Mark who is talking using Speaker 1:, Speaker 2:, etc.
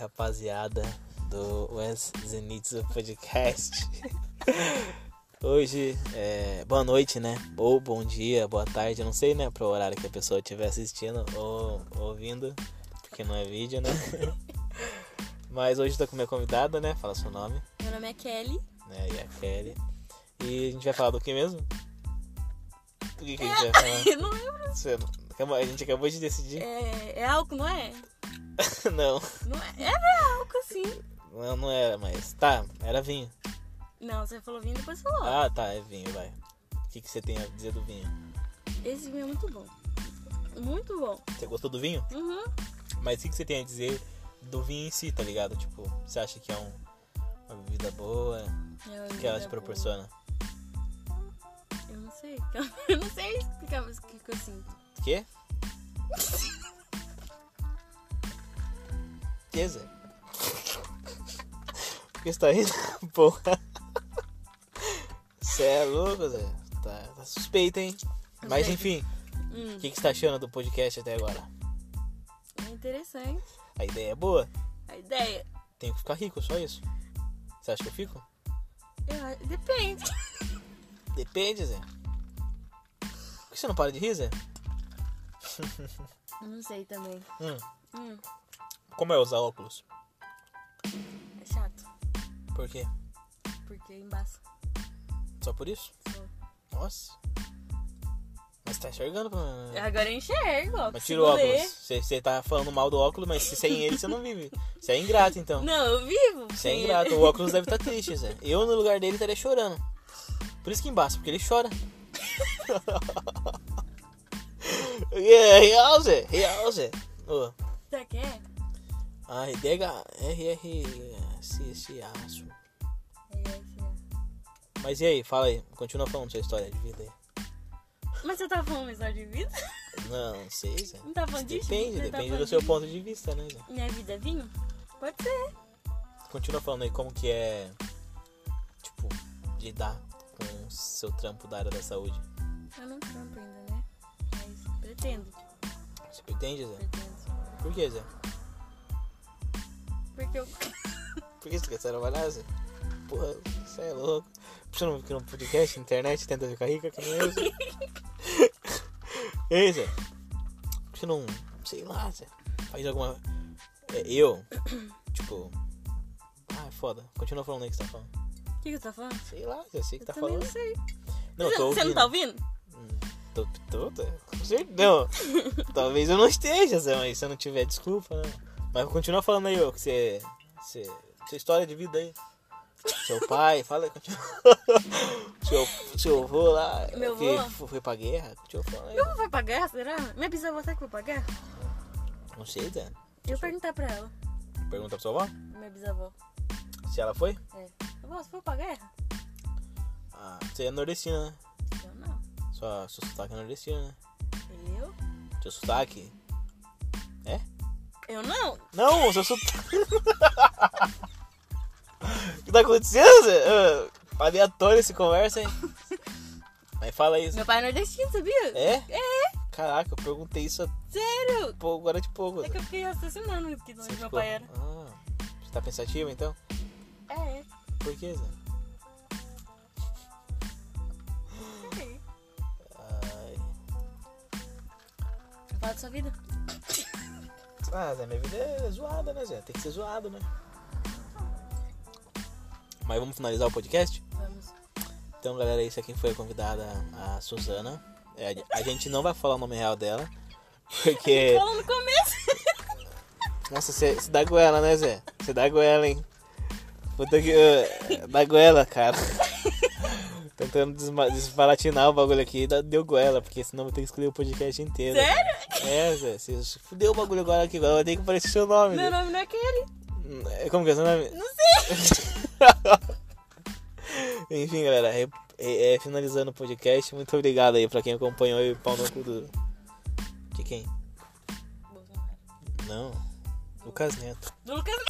Speaker 1: rapaziada do Wes Zenitsu Podcast. Hoje, é, boa noite, né? Ou bom dia, boa tarde, não sei, né? Pro horário que a pessoa estiver assistindo ou ouvindo, porque não é vídeo, né? Mas hoje tô com minha convidada, né? Fala seu nome,
Speaker 2: Meu nome é Kelly.
Speaker 1: né? E a Kelly. E a gente vai falar do que mesmo? Do que, que a gente vai falar?
Speaker 2: Eu não lembro.
Speaker 1: Você- acabou- A gente acabou de decidir?
Speaker 2: É, é álcool, não é?
Speaker 1: Não,
Speaker 2: Não é? Era álcool, sim.
Speaker 1: não não era, mas tá, era vinho.
Speaker 2: Não, você falou vinho depois falou. álcool.
Speaker 1: Ah, tá, é vinho, vai. O que, que você tem a dizer do vinho?
Speaker 2: Esse vinho é muito bom. Muito bom.
Speaker 1: Você gostou do vinho?
Speaker 2: Uhum.
Speaker 1: Mas o que, que você tem a dizer do vinho em si, tá ligado? Tipo, você acha que é um- uma bebida boa?
Speaker 2: É
Speaker 1: O
Speaker 2: uma
Speaker 1: que ela
Speaker 2: bebida
Speaker 1: te proporciona?
Speaker 2: boa. Eu não sei. Eu não sei explicar mas o que, que eu sinto.
Speaker 1: O quê? que, Zé? Por que você tá rindo, porra? Você é louco, Zé? Tá, tá suspeito, hein? Mas
Speaker 2: sei.
Speaker 1: enfim,
Speaker 2: Hum,
Speaker 1: o que, que você tá achando do podcast até agora?
Speaker 2: é interessante.
Speaker 1: A ideia é boa.
Speaker 2: A ideia.
Speaker 1: Tenho que ficar rico, só isso. Você acha que eu fico?
Speaker 2: Eu acho- depende.
Speaker 1: Depende, Zé. Por que você não para de rir, Zé?
Speaker 2: Eu não sei também.
Speaker 1: Hum,
Speaker 2: Hum,
Speaker 1: como é usar óculos?
Speaker 2: é chato.
Speaker 1: Por quê?
Speaker 2: Porque embaça.
Speaker 1: Só por isso?
Speaker 2: Só.
Speaker 1: Nossa. Mas tá enxergando, mano.
Speaker 2: Agora eu enxergo. ó,
Speaker 1: Mas tira
Speaker 2: consigo
Speaker 1: o óculos.
Speaker 2: É, ler.
Speaker 1: Você você tá falando mal do óculos, mas se sem ele você não vive. Você é ingrato, então.
Speaker 2: Não, eu vivo.
Speaker 1: Você é
Speaker 2: sem
Speaker 1: ingrato.
Speaker 2: ele.
Speaker 1: O óculos deve estar triste, Zé. Eu, no lugar dele, estaria chorando. Por isso que embaça, porque ele chora. é real, Zé. Real, Zé. Ô.
Speaker 2: Você quer?
Speaker 1: Ai, DH, RR, C, C, aço.
Speaker 2: É, esse é.
Speaker 1: Mas e aí, fala aí, continua falando sua história de vida aí.
Speaker 2: Mas você tá falando mais de vida?
Speaker 1: Não, não sei, Zé.
Speaker 2: Não tá falando de
Speaker 1: Depende,
Speaker 2: vida, tá
Speaker 1: depende
Speaker 2: falando
Speaker 1: do seu
Speaker 2: de-
Speaker 1: ponto de vista, né, Zé?
Speaker 2: Minha vida é vinho? Pode ser.
Speaker 1: Continua falando aí como que é, tipo, lidar com o seu trampo da área da saúde.
Speaker 2: Eu não trampo ainda, né? Mas pretendo,
Speaker 1: Você pretende, Zé?
Speaker 2: pretendo.
Speaker 1: Por que, Zé?
Speaker 2: Porque eu.
Speaker 1: Por que você quer trabalhar, Zé? Porra, você é louco. Por que você não fica no podcast, internet, tenta ficar rica, que nem eu, Zé? Ei, Zé. Por que você não, sei lá, Zé, faz alguma... É, eu, tipo... Ah, é foda. Continua falando aí que você tá falando.
Speaker 2: O que, que você tá falando?
Speaker 1: Sei lá, Zé, eu sei que
Speaker 2: eu
Speaker 1: tá
Speaker 2: também
Speaker 1: falando.
Speaker 2: não sei.
Speaker 1: Não, eu tô
Speaker 2: você
Speaker 1: ouvindo.
Speaker 2: não tá ouvindo?
Speaker 1: Hum, Tô, tô, tô, com certeza. Não, talvez eu não esteja, Zé, mas se eu não tiver, desculpa, né? Mas continua falando aí, ô, que você, você. Sua história de vida aí. Seu pai, fala aí, continua. seu, seu avô lá,
Speaker 2: Meu
Speaker 1: que
Speaker 2: avô?
Speaker 1: fo- foi pra guerra, continua falando aí.
Speaker 2: Meu avô vai pra guerra, será? Minha bisavó será que foi pra guerra?
Speaker 1: Não sei, Zé.
Speaker 2: Eu vou perguntar pra ela,
Speaker 1: Pergunta pra sua avó
Speaker 2: pra minha bisavó.
Speaker 1: se ela foi?
Speaker 2: É. Avó, você foi pra guerra?
Speaker 1: Ah, você é nordestina, né?
Speaker 2: Eu não.
Speaker 1: Sua, seu sotaque é nordestino, né?
Speaker 2: Eu?
Speaker 1: Seu sotaque. É?
Speaker 2: Eu não?
Speaker 1: Não, seu sotaque. o que tá acontecendo? Zé? Ah, Aleatório essa conversa, hein? Mas fala isso.
Speaker 2: Meu pai é nordestino, sabia?
Speaker 1: É?
Speaker 2: É,
Speaker 1: Caraca, eu perguntei isso há
Speaker 2: sério?
Speaker 1: pouco, agora de pouco.
Speaker 2: É que eu fiquei raciocinando que de
Speaker 1: Você
Speaker 2: onde meu
Speaker 1: ficou-
Speaker 2: pai era.
Speaker 1: Ah, você tá pensativo então?
Speaker 2: É, é.
Speaker 1: Por que, Zé?
Speaker 2: Sei.
Speaker 1: Ai.
Speaker 2: Fala da sua vida.
Speaker 1: Ah, Zé, minha vida é zoada, né, Zé? Tem que ser zoado, né? Mas vamos finalizar o podcast?
Speaker 2: Vamos.
Speaker 1: Então, galera, isso aqui foi a convidada, a Suzana. É, a gente não vai falar o nome real dela, porque...
Speaker 2: Falou no começo.
Speaker 1: Nossa, você dá goela, né, Zé? Você dá goela, hein? Puta que. ah, dá goela, cara. Tentando desma- desbaratinar o bagulho aqui, dá- deu goela, porque senão eu vou ter que escolher o podcast inteiro.
Speaker 2: Sério?
Speaker 1: É, Zé, você fudeu o bagulho agora aqui, agora vai ter que aparecer seu nome.
Speaker 2: Meu
Speaker 1: Zé.
Speaker 2: nome não é aquele.
Speaker 1: Como que é seu nome?
Speaker 2: Não sei.
Speaker 1: Enfim, galera, re- é- é, finalizando o podcast, muito obrigado aí pra quem acompanhou e pau no cu do. De quem?
Speaker 2: Bolsonaro.
Speaker 1: Não, Lucas Neto.
Speaker 2: Do Lucas